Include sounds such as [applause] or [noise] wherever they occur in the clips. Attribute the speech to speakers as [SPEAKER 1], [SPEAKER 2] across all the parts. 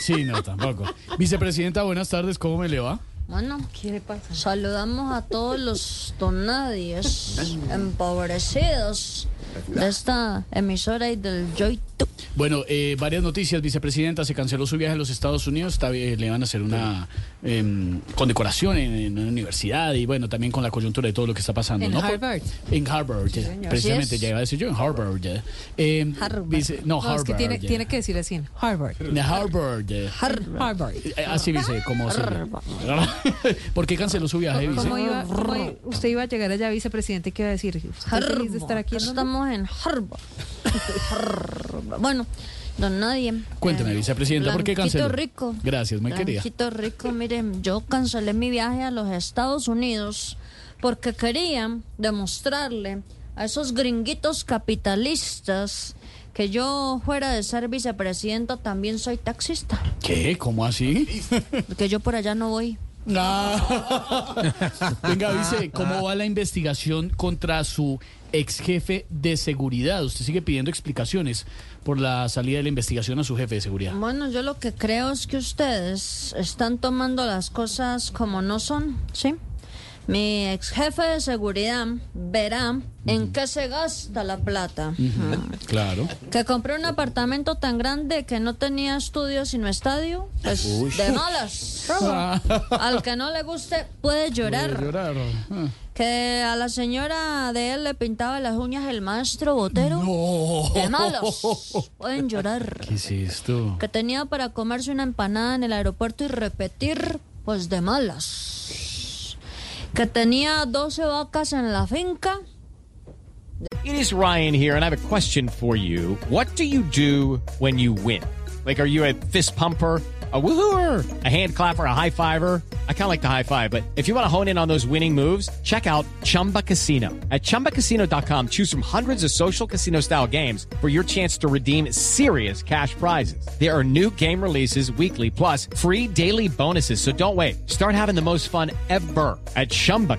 [SPEAKER 1] Sí, no, tampoco. Vicepresidenta, buenas tardes, ¿cómo me le va?
[SPEAKER 2] Bueno, ¿qué le pasa? Saludamos a todos los donadios empobrecidos de esta emisora y del YouTube.
[SPEAKER 1] Bueno, eh, varias noticias, vicepresidenta, se canceló su viaje a los Estados Unidos, está bien, le van a hacer una em, condecoración en, en una universidad y bueno, también con la coyuntura de todo lo que está pasando.
[SPEAKER 3] En
[SPEAKER 1] ¿no? Por-
[SPEAKER 3] Harvard.
[SPEAKER 1] En Harvard, eh,
[SPEAKER 2] Así
[SPEAKER 1] precisamente,
[SPEAKER 2] es.
[SPEAKER 1] ya iba a decir yo, en Harvard. eh. Em,
[SPEAKER 2] Harvard.
[SPEAKER 1] vice- no,
[SPEAKER 3] No,
[SPEAKER 1] Harvard.
[SPEAKER 3] es que tiene,
[SPEAKER 1] eh.
[SPEAKER 3] tiene que decir así. en Harvard.
[SPEAKER 1] De Harvard. eh.
[SPEAKER 3] Harvard.
[SPEAKER 1] Eh, Así dice, como se- [laughs] ¿Por qué canceló su viaje, vice?
[SPEAKER 3] ¿Cómo iba, cómo i- usted iba a llegar allá, vicepresidente, y qué iba a decir? ¿Usted feliz de estar aquí? en Londres?
[SPEAKER 2] Estamos en Harvard. [laughs] Harvard. Bueno, don Nadie.
[SPEAKER 1] Cuénteme, vicepresidenta, ¿por qué
[SPEAKER 2] Blanquito
[SPEAKER 1] canceló?
[SPEAKER 2] Rico.
[SPEAKER 1] Gracias, muy querida.
[SPEAKER 2] Blanquito Rico, miren, yo cancelé mi viaje a los Estados Unidos porque quería demostrarle a esos gringuitos capitalistas que yo, fuera de ser vicepresidenta, también soy taxista.
[SPEAKER 1] ¿Qué? ¿Cómo así?
[SPEAKER 2] Porque yo por allá no voy.
[SPEAKER 1] No. [laughs] Venga, dice, ¿cómo va la investigación contra su ex jefe de seguridad? Usted sigue pidiendo explicaciones por la salida de la investigación a su jefe de seguridad.
[SPEAKER 2] Bueno, yo lo que creo es que ustedes están tomando las cosas como no son, ¿sí? Mi ex jefe de seguridad verá en qué se gasta la plata.
[SPEAKER 1] Claro.
[SPEAKER 2] Que compré un apartamento tan grande que no tenía estudio sino estadio. Pues de malas. Al que no le guste Ah. puede llorar.
[SPEAKER 1] Llorar. Ah.
[SPEAKER 2] Que a la señora de él le pintaba las uñas el maestro Botero. De malas. Pueden llorar.
[SPEAKER 1] ¿Qué es esto?
[SPEAKER 2] Que tenía para comerse una empanada en el aeropuerto y repetir, pues de malas. Que tenía 12 vacas en la finca.
[SPEAKER 4] It is Ryan here, and I have a question for you. What do you do when you win? Like, are you a fist pumper? A woohooer, a hand clapper, a high fiver. I kind of like the high five, but if you want to hone in on those winning moves, check out Chumba Casino. At chumbacasino.com, choose from hundreds of social casino style games for your chance to redeem serious cash prizes. There are new game releases weekly, plus free daily bonuses. So don't wait. Start having the most fun ever at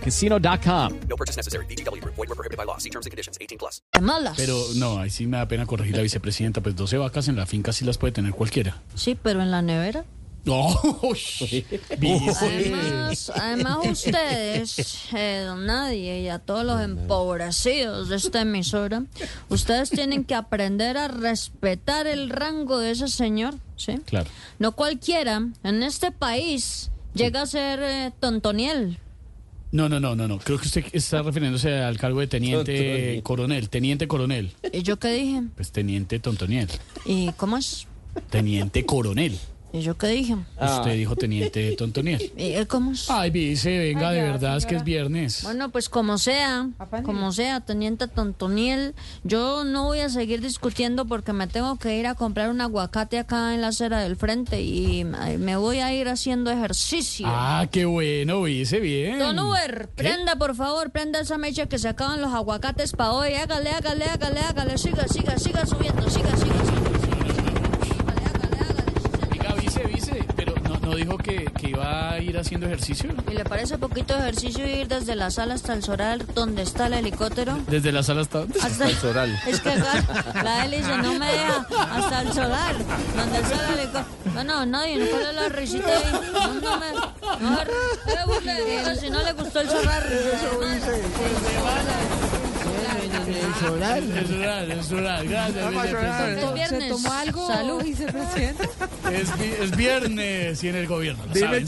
[SPEAKER 4] chumbacasino.com.
[SPEAKER 5] No purchase necessary. VGW Group. Void were prohibited by law. See terms and conditions. 18 plus.
[SPEAKER 2] De malas.
[SPEAKER 1] Pero no, ahí sí me da pena corregir la vicepresidenta, pues 12 vacas en la finca sí las puede tener cualquiera.
[SPEAKER 2] Sí, pero en la nevera.
[SPEAKER 1] No, ush. Vice.
[SPEAKER 2] Además, además ustedes, eh, don Nadie y a todos los empobrecidos de esta emisora, ustedes tienen que aprender a respetar el rango de ese señor, ¿sí?
[SPEAKER 1] [laughs] Claro.
[SPEAKER 2] No cualquiera en este país llega a ser eh, tontoniel.
[SPEAKER 1] No, no, no, no, no. Creo que usted está refiriéndose al cargo de teniente coronel. Teniente coronel.
[SPEAKER 2] ¿Y yo qué dije?
[SPEAKER 1] Pues teniente tontoniel.
[SPEAKER 2] ¿Y cómo es?
[SPEAKER 1] Teniente coronel.
[SPEAKER 2] ¿Y yo qué dije? Ah.
[SPEAKER 1] Usted dijo teniente tontoniel.
[SPEAKER 2] ¿Y eh, cómo es?
[SPEAKER 1] Ay, vice, venga, de verdad es que es viernes.
[SPEAKER 2] Bueno, pues como sea, como sea, Teniente Tontoniel, yo no voy a seguir discutiendo porque me tengo que ir a comprar un aguacate acá en la acera del frente y ay, me voy a ir haciendo ejercicio.
[SPEAKER 1] Ah, qué bueno, vice, bien.
[SPEAKER 2] Don Uber, prenda por favor, prenda esa mecha que se acaban los aguacates para hoy. Hágale, hágale, hágale, hágale, siga, siga, siga subiendo, siga, siga, siga. Hágale, hágale, hágale.
[SPEAKER 1] Venga, vice, vice. Pero no, no dijo que, que iba a ir haciendo ejercicio.
[SPEAKER 2] ¿Y le parece poquito ejercicio ir desde la sala hasta el solar donde está el helicóptero?
[SPEAKER 1] Desde la sala hasta.
[SPEAKER 2] Hasta el solar. Es que acá la hélice no me deja hasta el solar. Donde sale el helicóptero. No, no, nadie, no cuál es la risita ahí. No, no me. No, me- no me burle de mí, que si no le gustó el solar.
[SPEAKER 1] [laughs] Es rural, es rural. Gracias, vicepresidenta.
[SPEAKER 2] Es
[SPEAKER 3] ¿Se
[SPEAKER 2] viernes.
[SPEAKER 3] tomó algo,
[SPEAKER 2] Salud.
[SPEAKER 3] vicepresidente?
[SPEAKER 1] Es, vi- es viernes y en el gobierno. lo saben.